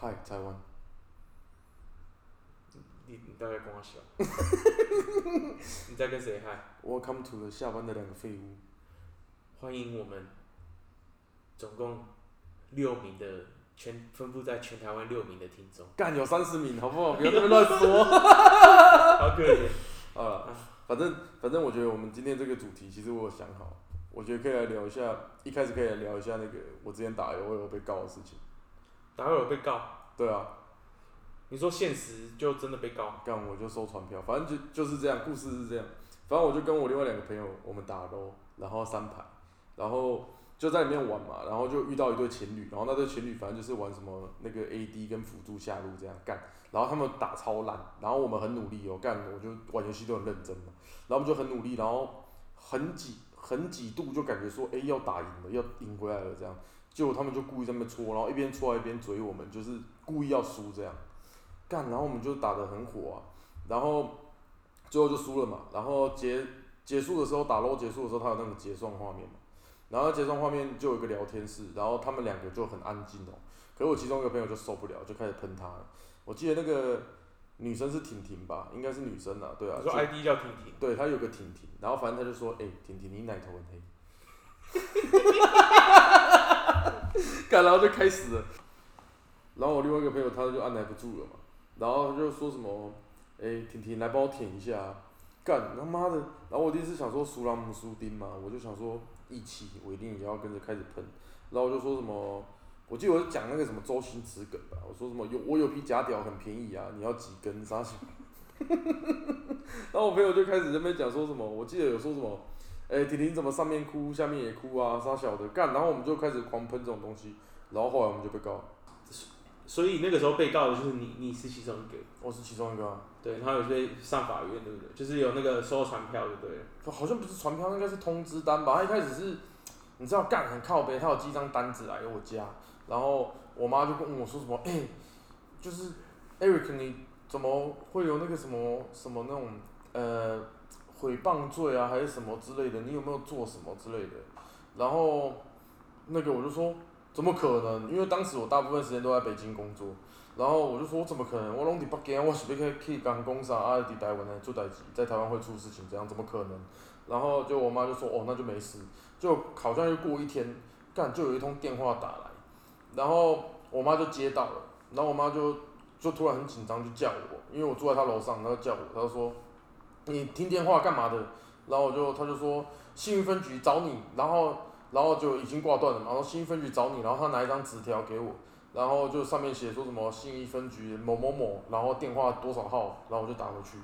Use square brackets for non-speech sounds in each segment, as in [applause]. Hi, Taiwan. 你你到底在跟我 [laughs] 笑？你在跟谁嗨？ Welcome to 了下班的两个废物。欢迎我们总共六名的全分布在全台湾六名的听众，干有三十名，好不好？不要在那边乱说。好可怜。好了，反正反正我觉得我们今天这个主题，其实我有想好，我觉得可以来聊一下，一开始可以来聊一下那个我之前打游有被告的事情。打会有被告，对啊，你说现实就真的被告？干我就收传票，反正就就是这样，故事是这样。反正我就跟我另外两个朋友，我们打咯，然后三排，然后就在里面玩嘛，然后就遇到一对情侣，然后那对情侣反正就是玩什么那个 AD 跟辅助下路这样干，然后他们打超烂，然后我们很努力哦，干我就玩游戏都很认真嘛，然后我们就很努力，然后很几很几度就感觉说，哎、要打赢了，要赢回来了这样，结果他们就故意在那边搓，然后一边搓一边嘴我们，就是故意要输这样，干，然后我们就打得很火啊，然后最后就输了嘛，然后结结束的时候打 low 结束的时候，他有那种结算画面嘛，然后结算画面就有一个聊天室，然后他们两个就很安静哦，可是我其中一个朋友就受不了，就开始喷他了，我记得那个女生是婷婷吧，应该是女生啊，对啊，你说就 ID 叫婷婷，对他有个婷婷，然后反正他就说，哎、婷婷你奶头很黑，干，然后就开始了，然后我另外一个朋友他就按耐不住了嘛，然后他就说什么，哎、婷婷来帮我舔一下啊，干他妈的，然后我第一次想说苏拉姆苏丁嘛，我就想说义气，我一定也要跟着开始喷，然后我就说什么。我记得我讲那个什么周星驰梗吧，我说什么有我有批假屌很便宜啊，你要几根啥小然后我朋友就开始在那边讲说什么，我记得有说什么，哎、婷婷怎么上面哭，下面也哭啊，傻小的干，然后我们就开始狂喷这种东西，然后后来我们就被告，所以那个时候被告的就是你，你是其中一个。我是其中一个、啊，对，然后有被上法院，对不对？就是有那个收传票，对不 [laughs] 对了？好像不是传票，应该是通知单吧，他一开始是，你知道干很靠北，他有寄张单子来我家，然后我妈就跟我说什么，哎、就是 Eric 你怎么会有那个什么什么那种呃毁谤罪啊，还是什么之类的？你有没有做什么之类的？然后那个我就说怎么可能？因为当时我大部分时间都在北京工作，然后我就说怎么可能？我拢伫北京，我是要去去港工啥啊？伫台湾呢做代志，在台湾会出事情，这样怎么可能？然后就我妈就说哦那就没事，就好像又过一天，干就有一通电话打来，然后我妈就接到了，然后我妈就就突然很紧张，就叫我，因为我住在她楼上，她就叫我，她就说你听电话干嘛的？然后我就她就说幸运分局找你，然后然后就已经挂断了嘛，然后幸运分局找你，然后她拿一张纸条给我，然后就上面写说什么信义分局某某某，然后电话多少号，然后我就打回去，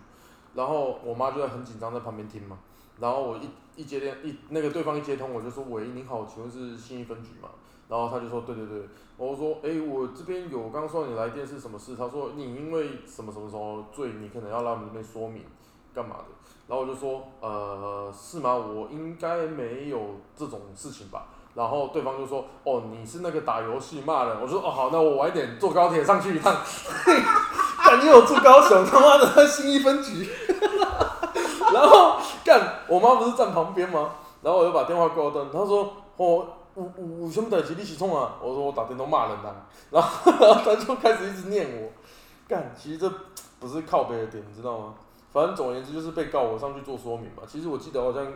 然后我妈就在很紧张在旁边听嘛。然后我一一接电一那个对方一接通，我就说喂，您好，请问是信义分局吗？然后他就说对对对，我说，哎、我这边有刚说你来电是什么事？他说你因为什么什么什么罪，你可能要来我们这边说明，干嘛的？然后我就说，呃，是吗？我应该没有这种事情吧？然后对方就说，哦，你是那个打游戏骂人。我说，哦，好，那我晚一点坐高铁上去一趟。 [laughs] 干，你有住高雄，他妈的新一分局。 [laughs] 然后 [laughs] 干，我妈不是站旁边吗？然后我就把电话挂断。她说，哦，有有有什么代志你起冲啊？我说我打电动骂人啊。然后 [laughs] 然后她就开始一直念我。干，其实这不是靠背的点，你知道吗？反正总而言之就是被告我上去做说明嘛。其实我记得好像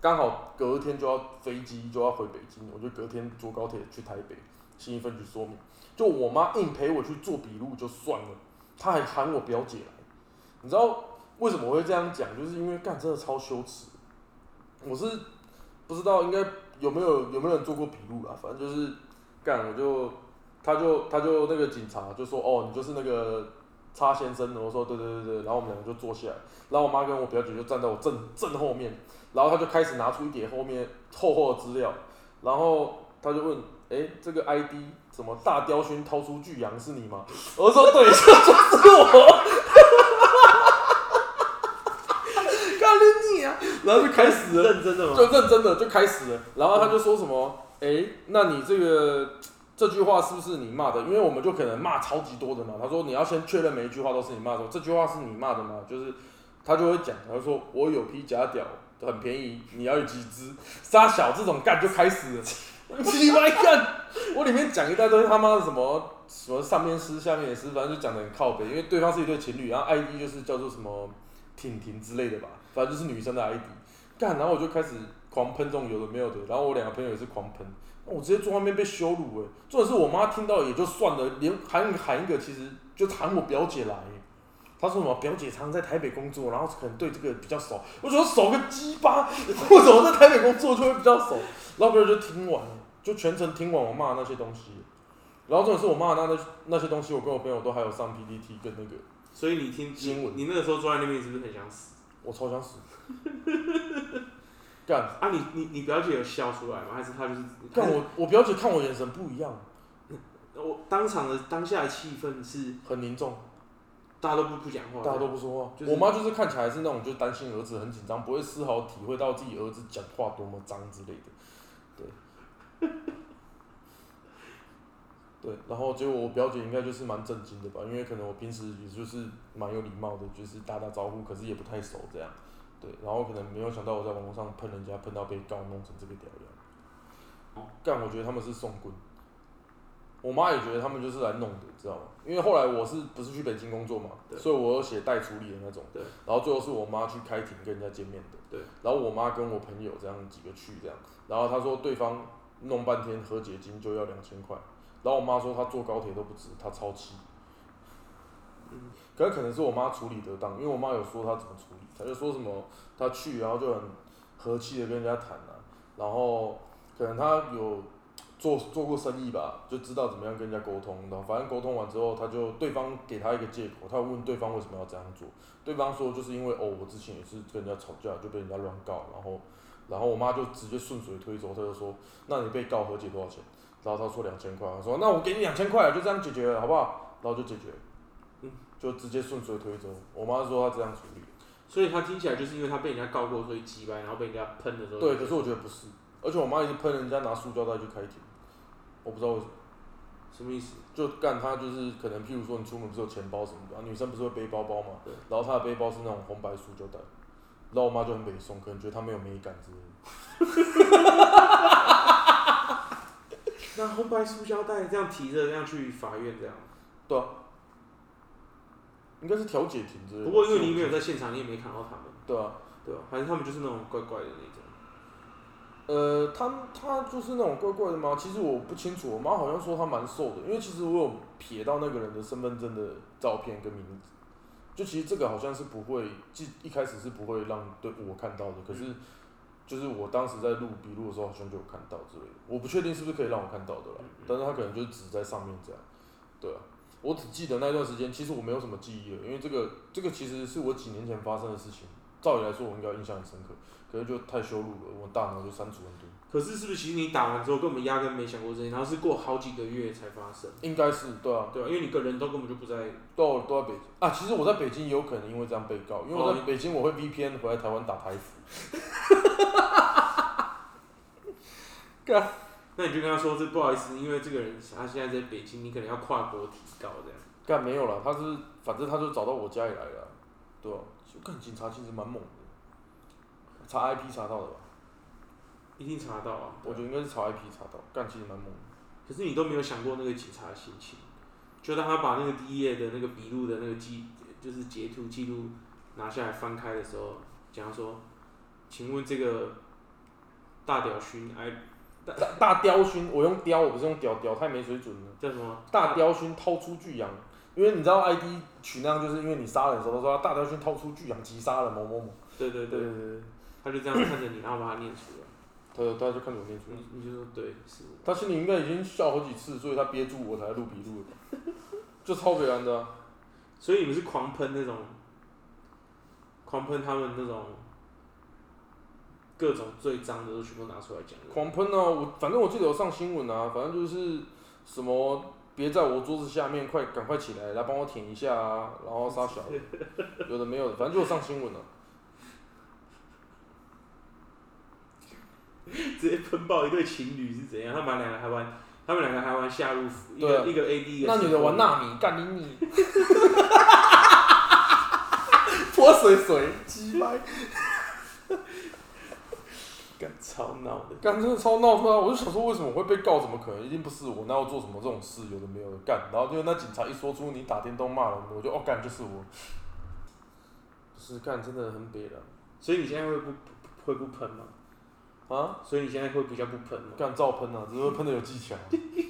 刚好隔天就要飞机就要回北京，我就隔天坐高铁去台北新一分局说明。就我妈硬陪我去做笔录就算了，她还喊我表姐来。你知道为什么我会这样讲？就是因为干真的超羞耻。我是不知道应该有没有有没有人做过笔录啦，反正就是干我就他就他就那个警察就说哦你就是那个叉先生的，我说对对对对，然后我们两个就坐下来，然后我妈跟我表姐就站在我正正后面，然后她就开始拿出一叠后面厚厚的资料，然后她就问，哎，这个 ID 什么大雕勋掏出巨羊是你吗？我说对，这就是我。 [laughs] 看你啊！然后就开始了，认真的吗？就认真的就开始了，然后他就说什么，哎、那你这个这句话是不是你骂的？因为我们就可能骂超级多的嘛。他说你要先确认每一句话都是你骂的，这句话是你骂的吗？就是他就会讲，他就说我有批假屌，很便宜，你要有几只？杀小这种干就开始了，你来干！我里面讲一大堆他妈的什么什么上面湿下面也湿，反正就讲的很靠北，因为对方是一对情侣，然后 ID 就是叫做什么婷婷之类的吧，反正就是女生的 ID。干，然后我就开始狂喷这种有的没有的，然后我两个朋友也是狂喷，我直接坐外面被羞辱哎、重点是我妈听到也就算了，连喊喊一个其实就喊我表姐来、欸她说什么表姐常常在台北工作，然后可能对这个比较熟。我说熟个鸡巴， [laughs] 为什么在台北工作就会比较熟？然后别人就听完，就全程听完我骂的那些东西。然后重点是我骂的那那些东西，我跟我朋友都还有上 PPT 跟那个，所以你听新闻你那个时候坐在那边是不是很想死？我超想死。 [laughs] 干，啊，你你你表姐有笑出来吗？还是她就是？干我我表姐看我眼神不一样，我当场的当下的气氛是很凝重，大家都不不讲话，大家都不说话。就是我妈就是看起来是那种就是担心儿子很紧张，不会丝毫体会到自己儿子讲话多么脏之类的。对，对，然后结果我表姐应该就是蛮震惊的吧，因为可能我平时也就是蛮有礼貌的，就是打打招呼，可是也不太熟这样。对，然后可能没有想到我在网络上喷人家，喷到被告弄成这个屌样哦。干，我觉得他们是送棍。我妈也觉得他们就是来弄的，知道吗？因为后来我是不是去北京工作嘛，对所以我有写待处理的那种。对。然后最后是我妈去开庭跟人家见面的。对。然后我妈跟我朋友这样几个去这样，然后她说对方弄半天和解金就要两千块，然后我妈说她坐高铁都不止，她超气。嗯可是可能是我妈处理得当，因为我妈有说她怎么处理，她就说什么她去然后就很和气的跟人家谈啊，然后可能她有做做过生意吧，就知道怎么样跟人家沟通，然后反正沟通完之后，她就对方给她一个借口，她问对方为什么要这样做，对方说就是因为哦我之前也是跟人家吵架就被人家乱告，然后然后我妈就直接顺水推舟，她就说那你被告和解多少钱？然后她说两千块，她说那我给你两千块，就这样解决了好不好？然后就解决了。就直接顺水推舟。我妈说她这样处理，所以她听起来就是因为她被人家告过，所以击败，然后被人家喷的时候，对，可是我觉得不是，而且我妈一直喷人家拿塑胶袋去开庭，我不知道为什么，什么意思？就干她就是可能，譬如说你出门不是有钱包什么的，啊女生不是会背包包嘛对，然后她的背包是那种红白塑胶袋，然后我妈就很北宋，可能觉得她没有美感之类的，那红白塑胶袋这样提着这样去法院这样，对啊，应该是调解庭之类的。不过因为你没没有在现场，你也没看到他们，对啊，对吧？反正他们就是那种怪怪的那种。呃，他他就是那种怪怪的吗？其实我不清楚，我妈好像说他蛮瘦的，因为其实我有瞥到那个人的身份证的照片跟名字，就其实这个好像是不会，即一开始是不会让对我看到的，可是就是我当时在录笔录的时候好像就有看到之类的，我不确定是不是可以让我看到的啦，但是他可能就是只在上面这样，对啊，我只记得那段时间，其实我没有什么记忆了，因为这个这个其实是我几年前发生的事情，照理来说我应该印象很深刻。可是就太羞辱了，我大脑就删除很多。可是是不是其实你打完之后根本压根没想过这些，然后是过好几个月才发生，应该是对啊，对吧？因为你个人都根本就不在，都都在北京啊。其实我在北京也有可能因为这样被告，因为我哦在北京我会 VPN 回来台湾打台服。那你就跟他说这不好意思，因为这个人他现在在北京，你可能要跨国提告这样。干没有啦，他是反正他就找到我家里来了，对啊，就看警察其实蛮猛的，查 IP 查到的吧？一定查到啊！我觉得应该是查 IP 查到，干其实蛮猛的。可是你都没有想过那个警察的心情，就当他把那个第一页的那个笔录的那个记，就是截图记录拿下来翻开的时候，讲说，请问这个大屌勋哎大大雕勋，我用雕，我不是用屌屌，太没水准了。叫什么？大雕勋掏出巨羊，因为你知道 ID 取那样，就是因为你杀人的时候，他说大雕勋掏出巨羊击杀了某某某。对对对，对。他就这样看着你，然后把它念出来，他他就看着我念出来，你你就说对是我。他心里 [laughs] 应该已经笑好几次，所以他憋住我才录笔录的吧，就超北安的啊、所以你们是狂喷那种，狂喷他们那种各种最脏的都全部拿出来讲。狂喷啊！我反正我记得有上新闻啊，反正就是什么别在我桌子下面，快赶快起来，来帮我舔一下啊，然后杀小的，有的没有的，反正就有上新 [laughs] 闻了、啊直接喷爆一对情侣是怎样？他们两个还玩，他们两个还玩下路服，一个对一个 AD，一个那女的玩 CP 纳米，干你你， [laughs] 泼水水，鸡掰，干超闹的。干真的超闹的啊！我就想说为什么会被告？怎么可能？一定不是我，那要做什么这种事？有的没有的干，然后就那警察一说出你打电动骂人，我就哦干就是我，就是干真的很悲了所以你现在会不会不喷吗？啊！所以你现在会比较不喷吗？干照喷啊，只是会喷的有技巧，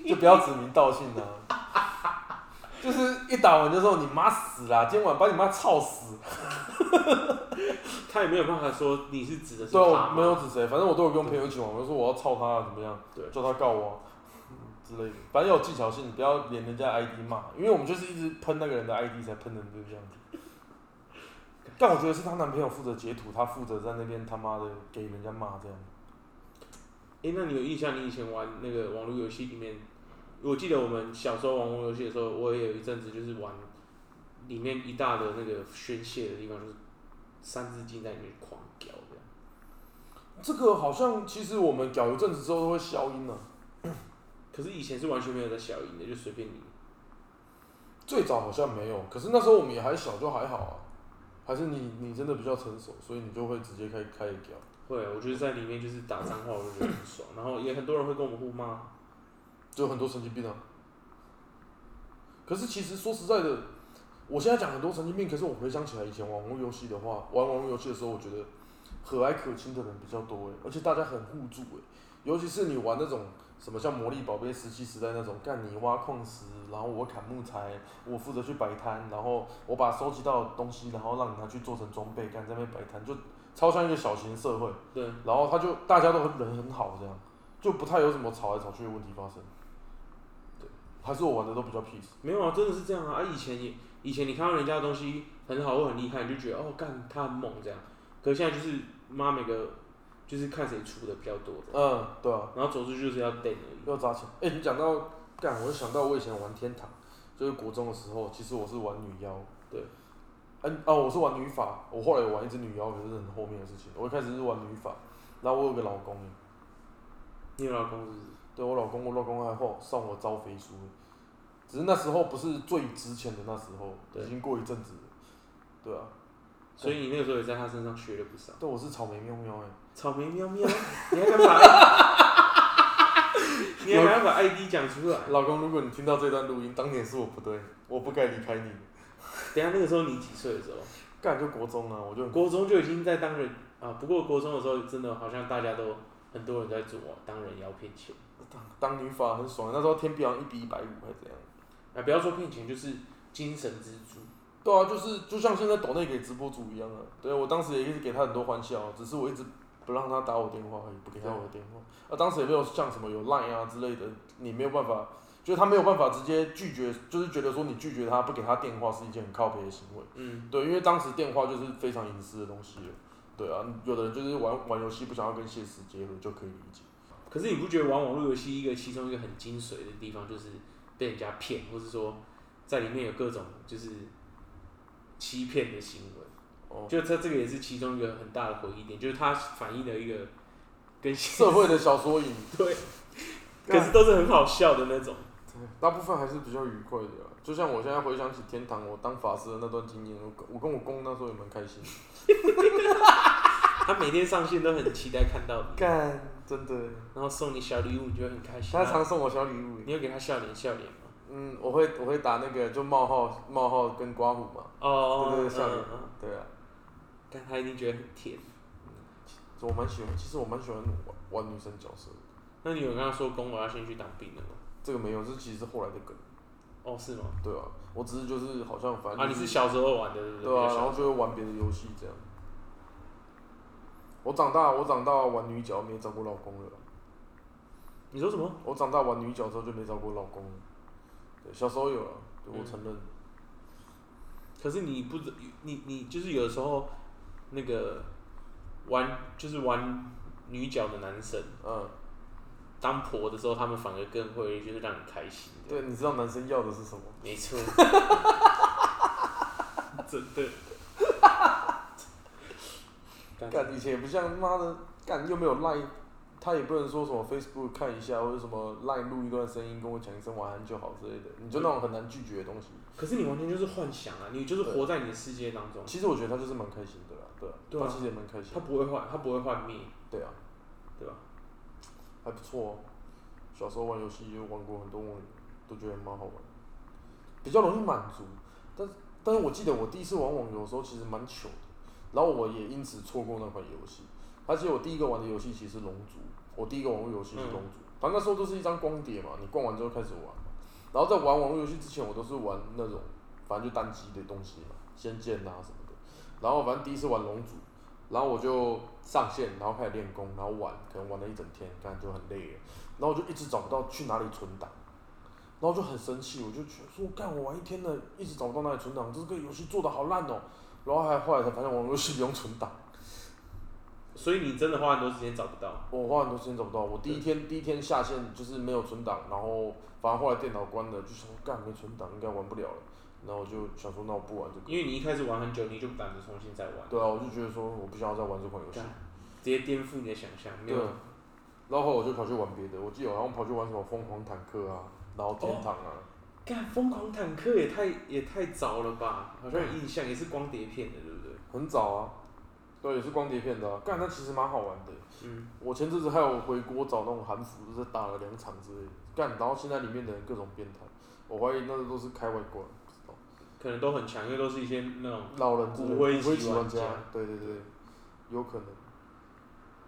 就不要指名道姓啊。 [laughs] 就是一打完就说你妈死啦，今晚把你妈操死。他也没有办法说你是指的是对他啊，我吗没有指谁，反正我都有跟朋友一起玩，我就说我要操他啊，怎么样？对叫他告我啊、之类的，反正有技巧性，你不要连人家 ID 骂，因为我们就是一直喷那个人的 ID 才喷人，就是这样子。但我觉得是她男朋友负责截图，她负责在那边他妈的给人家骂这样。哎、那你有印象？你以前玩那个网络游戏里面，我记得我们小时候玩网络游戏的时候，我也有一阵子就是玩，里面一大的那个宣泄的地方就是《三字经》在里面狂屌这样。这个好像其实我们搞一阵子之后都会消音了、啊可是以前是完全没有在小赢的，就随便你。最早好像没有，可是那时候我们也还小，就还好啊。还是你你真的比较成熟，所以你就会直接开开一条。会，我就是在里面就是打脏话，我就觉得很爽。然后也很多人会跟我们互骂，就很多神经病啊。可是其实说实在的，我现在讲很多神经病，可是我回想起来以前玩网络游戏的话，玩网络游戏的时候，我觉得和蔼可亲的人比较多诶、而且大家很互助诶、尤其是你玩那种什么像魔力宝贝、石器时代那种，干你挖矿石，然后我砍木材，我负责去摆摊，然后我把收集到的东西，然后让你拿去做成装备，干在那边摆摊，就超像一个小型社会。对，然后他就大家都很人很好，这样就不太有什么吵来吵去的问题发生。对，还是我玩的都比较 peace。没有啊，真的是这样啊。啊，以前也以前你看到人家的东西很好或很厉害，你就觉得哦，干他很猛这样。可是现在就是妈每个就是看谁出的比较多的，嗯，对啊，然后走出去就是要 d 而要砸钱。哎、你讲到干，我就想到我以前玩天堂，就是国中的时候，其实我是玩女妖。对。嗯、哦，我是玩女法，我后来有玩一只女妖，可是是很后面的事情。我一开始是玩女法，然后我有个老公，已。你有老公是不是？对我老公，我老公还后上我招飞书，只是那时候不是最值钱的那时候，对已经过一阵子了，对啊。所以你那个时候也在他身上学了不少。但我是草莓喵喵哎、草莓喵喵，你还敢把 [laughs] 你还敢把 ID 讲出来？老公，如果你听到这段录音，当年是我不对，我不该离开你。等一下那个时候你几岁的时候？干就国中啊，我就很国中就已经在当人啊，不过国中的时候真的好像大家都很多人在做当人妖骗钱当当女法很爽，那时候天比好像一比一百五还怎样？啊，不要说骗钱，就是精神支柱。对啊，就是就像现在抖内给直播主一样啊。对我当时也一直给他很多欢笑，只是我一直不让他打我电话而已，不给他我的电话。啊，当时也没有像什么有 Line 啊之类的，你没有办法，就是他没有办法直接拒绝，就是觉得说你拒绝他不给他电话是一件很靠背的行为。嗯，对，因为当时电话就是非常隐私的东西了。对啊，有的人就是玩玩游戏不想要跟现实结合，就可以理解。可是你不觉得玩网络游戏一个其中一个很精髓的地方就是被人家骗，或是说在里面有各种就是欺骗的行为？哦，就它这个也是其中一个很大的回忆点，就是它反映了一个跟现社会的小缩影，[laughs] 对，啊可是都是很好笑的那种。大部分还是比较愉快的、啊。就像我现在回想起天堂我当法师的那段经验，我跟我跟我公那时候也蛮开心的。他每天上线都很期待看到你，干，真的，然后送你小礼物，你就会很开心、他啊。常送我小礼物。欸你有给他笑脸笑脸吗？嗯，我会我会打那个就冒号冒号跟刮胡嘛。哦哦，对对嗯笑脸嗯嗯对啊，但他一定觉得很甜。我蛮喜欢，其实我蛮喜欢玩玩女生角色的。那你有跟他说公我要先去当兵了吗？这个没有，这其实是后来的梗。哦，是吗？对啊，我只是就是好像反正、啊，你是小时候玩的，对不对啊，比较然小后就会玩别的游戏这样。我长大，我长大玩女角没找过老公了。你说什么？我长大玩女角之后就没找过老公了。对，小时候有啊，对我嗯承认。可是你不知你你就是有的时候那个玩就是玩女角的男生嗯，当婆的时候，他们反而更会就是让你开心。对，你知道男生要的是什么？[laughs] 没错，真的。干以前也不像妈的，干又没有赖，他也不能说什么 Facebook 看一下，或者什么赖录一段声音跟我讲一声晚安就好之类的，你就那种很难拒绝的东西。可是你完全就是幻想啊，你就是活在你的世界当中，其实我觉得他就是蛮开心的啦，对啊，对啊他其实也蛮开心它，不会幻，它不会幻灭，对啊，对吧？还不错哦。小时候玩游戏就玩过很多，我都觉得蛮好玩，比较容易满足。但是但是我记得我第一次玩网游的时候其实蛮糗的，然后我也因此错过那款游戏。而且我第一个玩的游戏其实是龙族，我第一个网络游戏是龙族，反正那时候都是一张光碟嘛，你逛完之后开始玩嘛。然后在玩网络游戏之前，我都是玩那种反正就单机的东西嘛，仙剑啊什么的。然后反正第一次玩龙族，然后我就上线，然后开始练功，然后玩，可能玩了一整天，感觉就很累了。然后我就一直找不到去哪里存档，然后就很生气，我就觉得说，干我玩一天了，一直找不到哪里存档，这个游戏做的好烂哦。然后还后来才发现网络游戏不用存档，所以你真的花很多时间找不到，我花很多时间找不到。我第一天第一天下线就是没有存档，然后反正后来电脑关了，就想说干没存档应该玩不了了。然后我就想说，那我不玩这因个。为你一开始玩很久，你就不敢着重新再玩，对啊，我就觉得说我不想要再玩这款游戏干。直接颠覆你的想象，没对有。然后我就跑去玩别的，我记得我好像跑去玩什么疯狂坦克啊，然后天堂啊，干疯狂坦克也太也太早了吧？好像有印象也是光碟片的，对不对？很早啊，对，也是光碟片的、啊，干那其实蛮好玩的。欸嗯，我前阵子还有回国找那种韩服，就是打了两场之类的，干，然后现在里面的人各种变态，我怀疑那都是开外挂，不知道可能都很强，因为都是一些那种 [laughs] 老人之类的骨灰级骨灰级玩玩家对对对，有可能。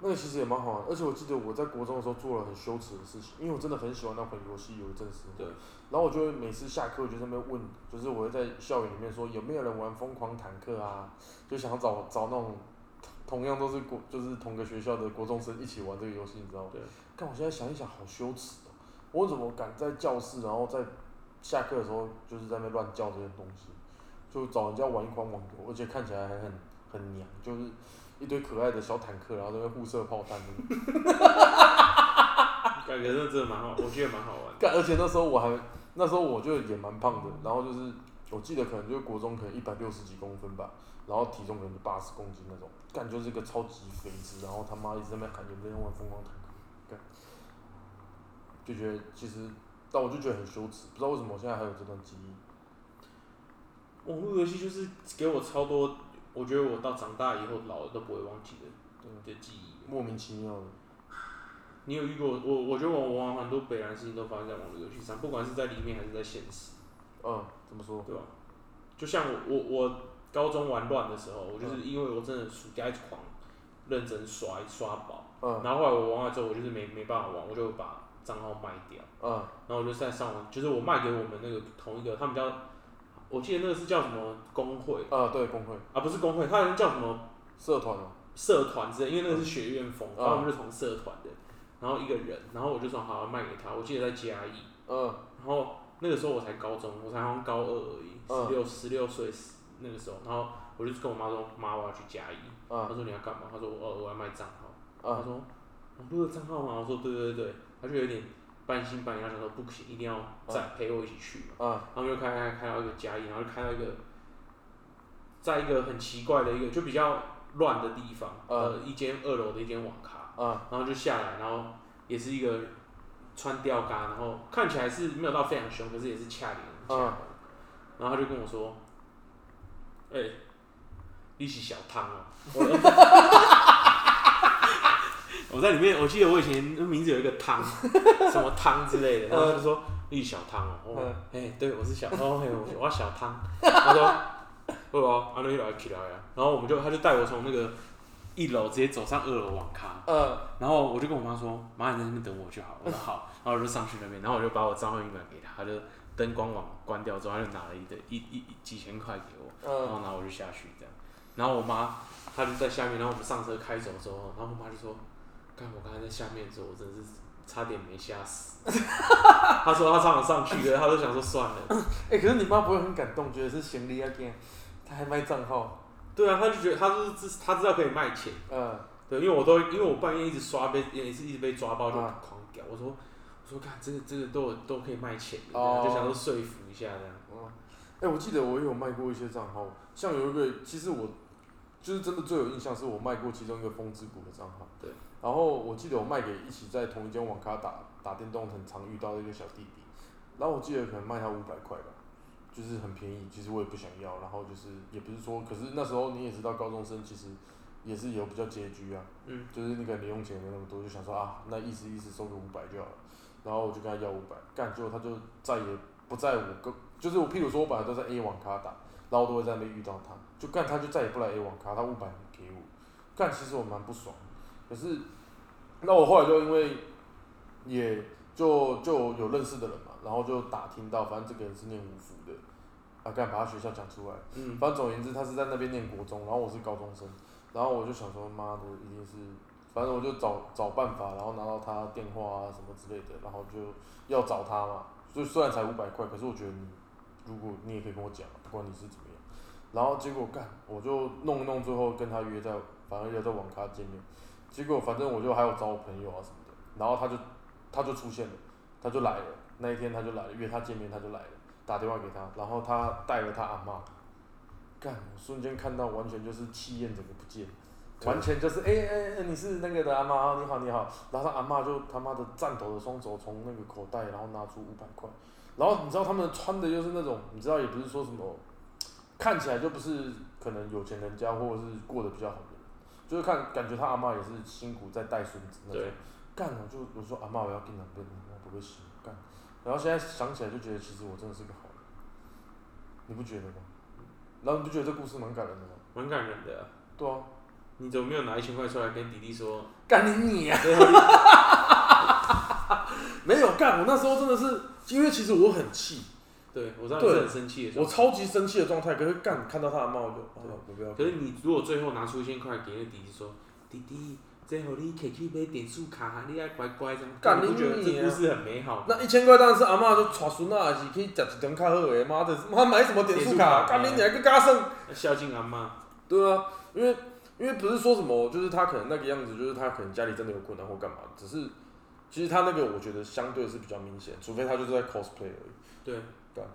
那个其实也蛮好玩，而且我记得我在国中的时候做了很羞耻的事情，因为我真的很喜欢那款游戏，有一阵子。对。然后我就会每次下课就在那边问，就是我会在校园里面说有没有人玩疯狂坦克啊，就想要找找那种同样都是国就是同个学校的国中生一起玩这个游戏，你知道吗？对。但我现在想一想，好羞耻哦、我怎么敢在教室，然后在下课的时候就是在那边乱叫这些东西，就找人家玩一款网游，而且看起来还很很娘，就是一堆可爱的小坦克，然后在那边互射炮弹那种。感觉那真的蛮好，我觉得蛮好玩的。干，而且那时候我还，那时候我就也蛮胖的，然后就是我记得可能就国中可能一百六十几公分吧，然后体重可能就八十公斤那种，干就是一个超级肥子，然后他妈一直在那边喊有没有人玩疯狂坦克，干，就觉得其实，但我就觉得很羞耻，不知道为什么我现在还有这段记忆。网络游戏就是给我超多，我觉得我到长大以后老了都不会忘记的嗯对，的记忆。莫名其妙的，你有遇过我？我觉得我玩很多北兰事情都发生在网络游戏上，不管是在里面还是在现实，嗯，怎么说？对吧？就像我我我高中玩乱的时候，我就是因为我真的暑假一直狂认真刷刷宝，嗯然后后来我玩完之后，我就是没没办法玩，我就把账号卖掉。嗯然后我就在上网，就是我卖给我们那个同一个，他们叫，我记得那个是叫什么工会啊，对，工会啊，不是工会，他好像叫什么社团哦，社团之类，因为那个是学院风，嗯然后我们是同社团的，然后一个人，然后我就说好卖给他，我记得在嘉义，嗯然后那个时候我才高中，我才好像高二而已，嗯十六十六岁那个时候，然后我就跟我妈说，妈我要去嘉义，她嗯说你要干嘛？她说我我要卖账号。他嗯说网络的账号吗？我说对对对，他就有点半信半疑，他想说不行，一定要再陪我一起去嘛。嗯他们就开开开到一个嘉义，然后就开到一个，在一个很奇怪的一个就比较乱的地方，嗯呃，一间二楼的一间网咖，嗯然后就下来，然后也是一个穿吊嘎，然后看起来是没有到非常凶，可是也是恰脸很恰嗯红，然后他就跟我说，哎、你是小汤 [laughs] 哦、我我在里面，我记得我以前名字有一个 [laughs] 汤，什么汤之类的，然后他就说你是小汤哦、我嗯哦，哎、对，我是小，哦，嘿我我要小汤，他说， [laughs] 对哦，阿诺伊来去聊呀，然后我们就他就带我从那个一楼直接走上二楼网咖，嗯然后我就跟我妈说：“妈，你在那边等我就好。”我说：“好。”然后我就上去那边，然后我就把我账号密码给他，他就灯光网关掉之后，他就拿了一个一一一几千块给我，嗯然后拿我就下去这样。然后我妈她就在下面，然后我们上车开走之后，然后我妈就说：“看我刚才在下面的时候，我真的是差点没吓死。” [laughs] 她说她差点上去的，她都想说算了。哎，可是你妈不会很感动，觉得是行李要给？他还卖账号，对啊，他就觉得他就是知他知道可以卖钱，嗯，对，因为我都因为我半夜一直刷被也是一直被抓包就啊狂屌，我说我说看这个这个都有都可以卖钱，哦就想说说服一下这样。哦，哎、我记得我有卖过一些账号，像有一个，其实我就是真的最有印象是我卖过其中一个风之谷的账号。对。然后我记得我卖给一起在同一间网咖打打电动很常遇到的一个小弟弟，然后我记得可能卖他五百块吧，就是很便宜，其实我也不想要，然后就是也不是说，可是那时候你也知道高中生其实也是有比较拮据啊，嗯，就是你可能零用钱没那么多，就想说啊，那意思意思收个五百就好了。然后我就跟他要五百，干，结果他就再也不在我跟，就是我譬如说我本来都在 A 网咖打，然后都会在那边遇到他，就干他就再也不来 A 网咖，他五百给我，干其实我蛮不爽，可是那我后来就因为也就就有认识的人嘛，然后就打听到，反正这个人是念五福的，啊干把他学校讲出来。嗯，反正总而言之，他是在那边念国中，然后我是高中生，然后我就想说，妈的，一定是，反正我就找找办法，然后拿到他电话啊什么之类的，然后就要找他嘛。所以虽然才五百块，可是我觉得你如果你也可以跟我讲，啊不管你是怎么样。然后结果干，我就弄一弄，最后跟他约在，反正约在网咖见面。结果反正我就还有找我朋友啊什么的，然后他就他就出现了，他就来了，那一天他就来了，约他见面他就来了，打电话给他，然后他带了他阿妈，干，我瞬间看到完全就是气焰整个不见，对完全就是哎哎哎，你是那个的阿妈啊，你好你好，然后他阿妈就他妈的颤抖的双手从那个口袋然后拿出五百块，然后你知道他们穿的又是那种，你知道也不是说什么。看起来就不是可能有钱人家或者是过得比较好的人，就是看感觉他阿妈也是辛苦在带孙子那种对。，干了就我说阿啊妈我要跟男朋友，我不会行干。然后现在想起来就觉得其实我真的是个好人，你不觉得吗？然后你不觉得这故事蛮感人的吗？蛮感人的啊、对啊，你怎么没有拿一千块出来跟迪迪 [laughs] 说？干你你啊！对啊没有干，我那时候真的是因为其实我很气，对，我知道你对是很生气的时候我超级生气的状态，可是干看到他阿妈我就啊我不要。可是你如果最后拿出一千块给那个弟弟说，弟弟，这互你摕去买点数卡，你爱乖乖这样。干你不觉得你这啊故事很美好吗？那一千块当然是阿嬷就带孙啊，是去食一顿较好的，妈的，妈买什么点数卡，干你娘个加算孝敬阿妈，对啊，因为因为不是说什么，就是他可能那个样子，就是他可能家里真的有困难或干嘛，只是其实他那个我觉得相对是比较明显，除非他就是在 cosplay 而已。对，对啊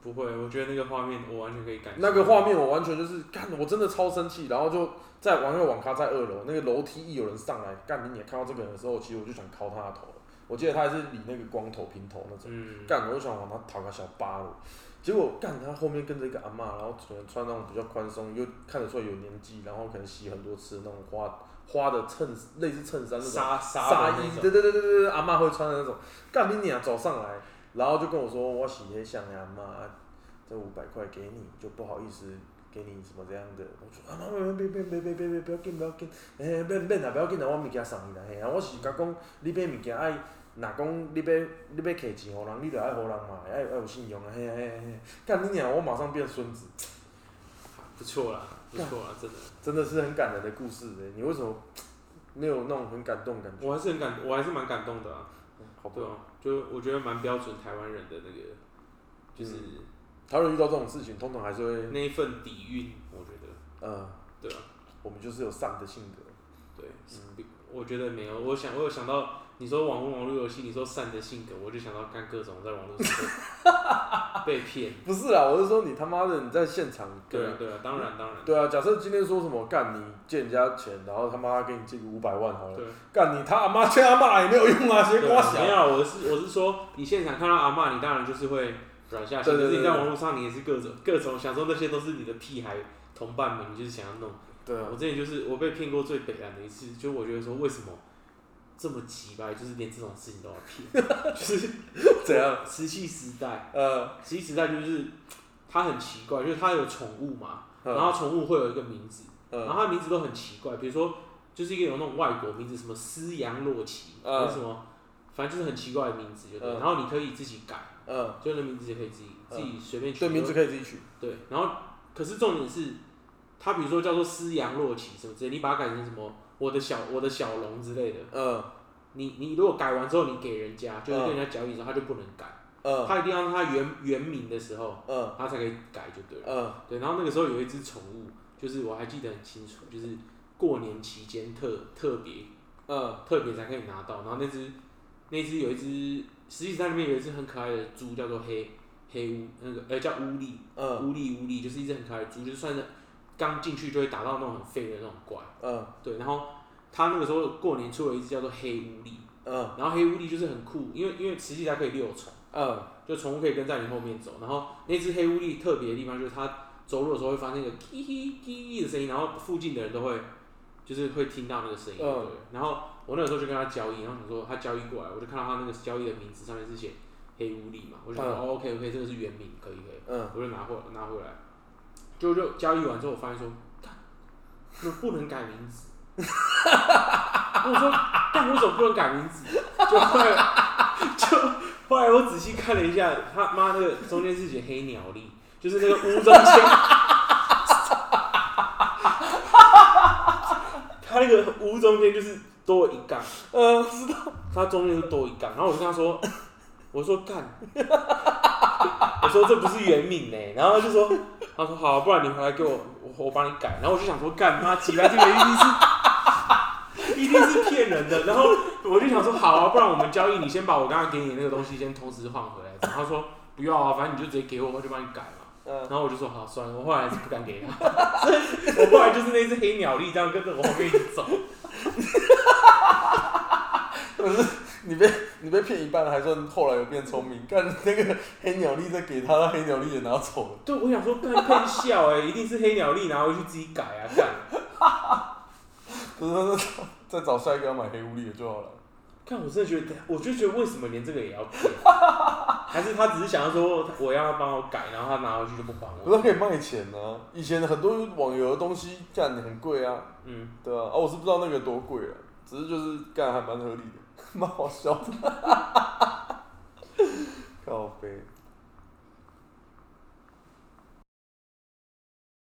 不会，我觉得那个画面我完全可以感受。那个画面我完全就是干，我真的超生气，然后就在玩那个网咖在二楼，那个楼梯一有人上来，干你也看到这个人的时候，其实我就想敲他的头，我记得他还是理那个光头平头那种。嗯，干，我就想往他讨个小巴了。结果干，他后面跟着一个阿嬷，然后可能穿那种比较宽松，又看得出来有年纪，然后可能洗很多次那种花花的衬，类似衬衫那种杀杀纱的那衣，种对对对对对，对阿嬷会穿的那种。干你娘，走上来，然后就跟我说我洗黑想阿嬷，这五百块给你，就不好意思。给你什么这样的？我说啊，妈妈，别别别别别别，不要紧不要紧，哎，别别啦，不要紧啦，我物件送你啦，嘿啊，我是甲讲，你买物件爱若讲你要你要摕钱互人，你就爱互人嘛，爱爱有信用啊，嘿啊嘿啊嘿啊！干你娘，我马上变孙子，不错啦，不错啦，真的，真的是很感人的故事哎、你为什么没有那种很感动的感觉？我还是很感，我还是蛮感动的啊，好吧对，啊，就我觉得蛮标准台湾人的那个，就是台湾遇到这种事情，通常还是会，那一份底蕴，我觉得，呃，对啊，我们就是有善的性格，对，我觉得没有，我想我有想到你说网络网络游戏，你说善的性格，我就想到干各种在网络上被 [laughs] 被骗，不是啦，我是说你他妈的你在现场对啊跟。对啊，当然当然，对啊，假设今天说什么干你借人家钱，然后他妈给你借个五百万好了，对。啊干你他阿妈欠阿妈也没有用啊，先对跟我啊想没。有啊，我是我是说，你现场看到阿嬷，你当然就是会软下心。对对可是你在对对网络上，你也是各种 [laughs] 各种想说那些都是你的屁孩同伴们，你就是想要弄。对啊我，之前就是我被骗过最北岸的一次，就我觉得说为什么这么急吧，就是连这种事情都要骗， [laughs] 就是怎样？石器时代，呃，石器时代就是它很奇怪，就是它有宠物嘛，嗯然后宠物会有一个名字，嗯然后它的名字都很奇怪，比如说就是一个有那种外国名字，什么斯扬洛奇，嗯还是什么，反正就是很奇怪的名字，就对。嗯然后你可以自己改，嗯，就那名字也可以自己、嗯自己随便取。对，名字可以自己取。对，然后可是重点是，它比如说叫做斯扬洛奇什么之类，你把它改成什么我的小我的小龙之类的，嗯你你如果改完之后你给人家，就嗯是跟人家交易的时候，他就不能改。嗯嗯他一定要让他原原名的时候，嗯他才可以改就对了。嗯对，然后那个时候有一只宠物，就是我还记得很清楚，就是过年期间特特别呃嗯特别才可以拿到。然后那只那只有一只，实际上里面有一只很可爱的猪，叫做黑黑乌那个呃叫乌力，嗯乌力乌力，就是一只很可爱的猪，就算是刚进去就会打到那种很废的那种怪。嗯对，然后他那个时候过年出了一只叫做黑乌力，嗯然后黑乌力就是很酷，因为因为实际它可以遛宠，嗯就宠物可以跟在你后面走。然后那只黑乌力特别的地方就是它走路的时候会发那个叽叽叽的声音，然后附近的人都会就是会听到那个声音。嗯对。然后我那个时候就跟他交易，然后想说他交易过来，我就看到他那个交易的名字上面是写黑乌力嘛，我就想说、嗯哦 OK OK，这个是原名，可以可以。嗯我就拿回拿回来，就就交易完之后，我发现说，干，我不能改名字。我说，但为什么不能改名字？就后来， [laughs] 就后来我仔细看了一下，他妈那个中间是写黑鸟力，就是那个屋中间， [laughs] 他那个屋中间就是多一杠，嗯，知道。他中间就多一杠，然后我就跟他说，我说干，我说这不是原名呢、欸然后他就说，他说好，啊不然你回来给我，我我帮你改，然后我就想说干妈起来这个一定 [laughs] 是。一定是骗人的，然后我就想说，好啊，不然我们交易，你先把我刚刚给你那个东西先同时换回来。然后他说不要啊，反正你就直接给我，我就帮你改嘛。嗯然后我就说好，算了，我后来还是不敢给他。 [laughs] 我后来就是那只黑鸟力这样跟着我后面一直走。 [laughs] 可是你被你被骗一半了，还算后来有变聪明。看那个黑鸟力再给他，黑鸟力也拿走了。对，我想说干喷笑哎、一定是黑鸟力拿回去自己改啊，干可是他再找再找下一个要买黑屋力的就好了。干，我真的觉得，我就觉得为什么连这个也要骗？ [laughs] 还是他只是想要说我要他帮我改，然后他拿回去就不还可是我？他可以卖钱呢、以前很多网游的东西干很贵啊，嗯，对啊，啊我是 [laughs] 不知道那个多贵啊，只是就是干还蛮合理的，蛮好笑的。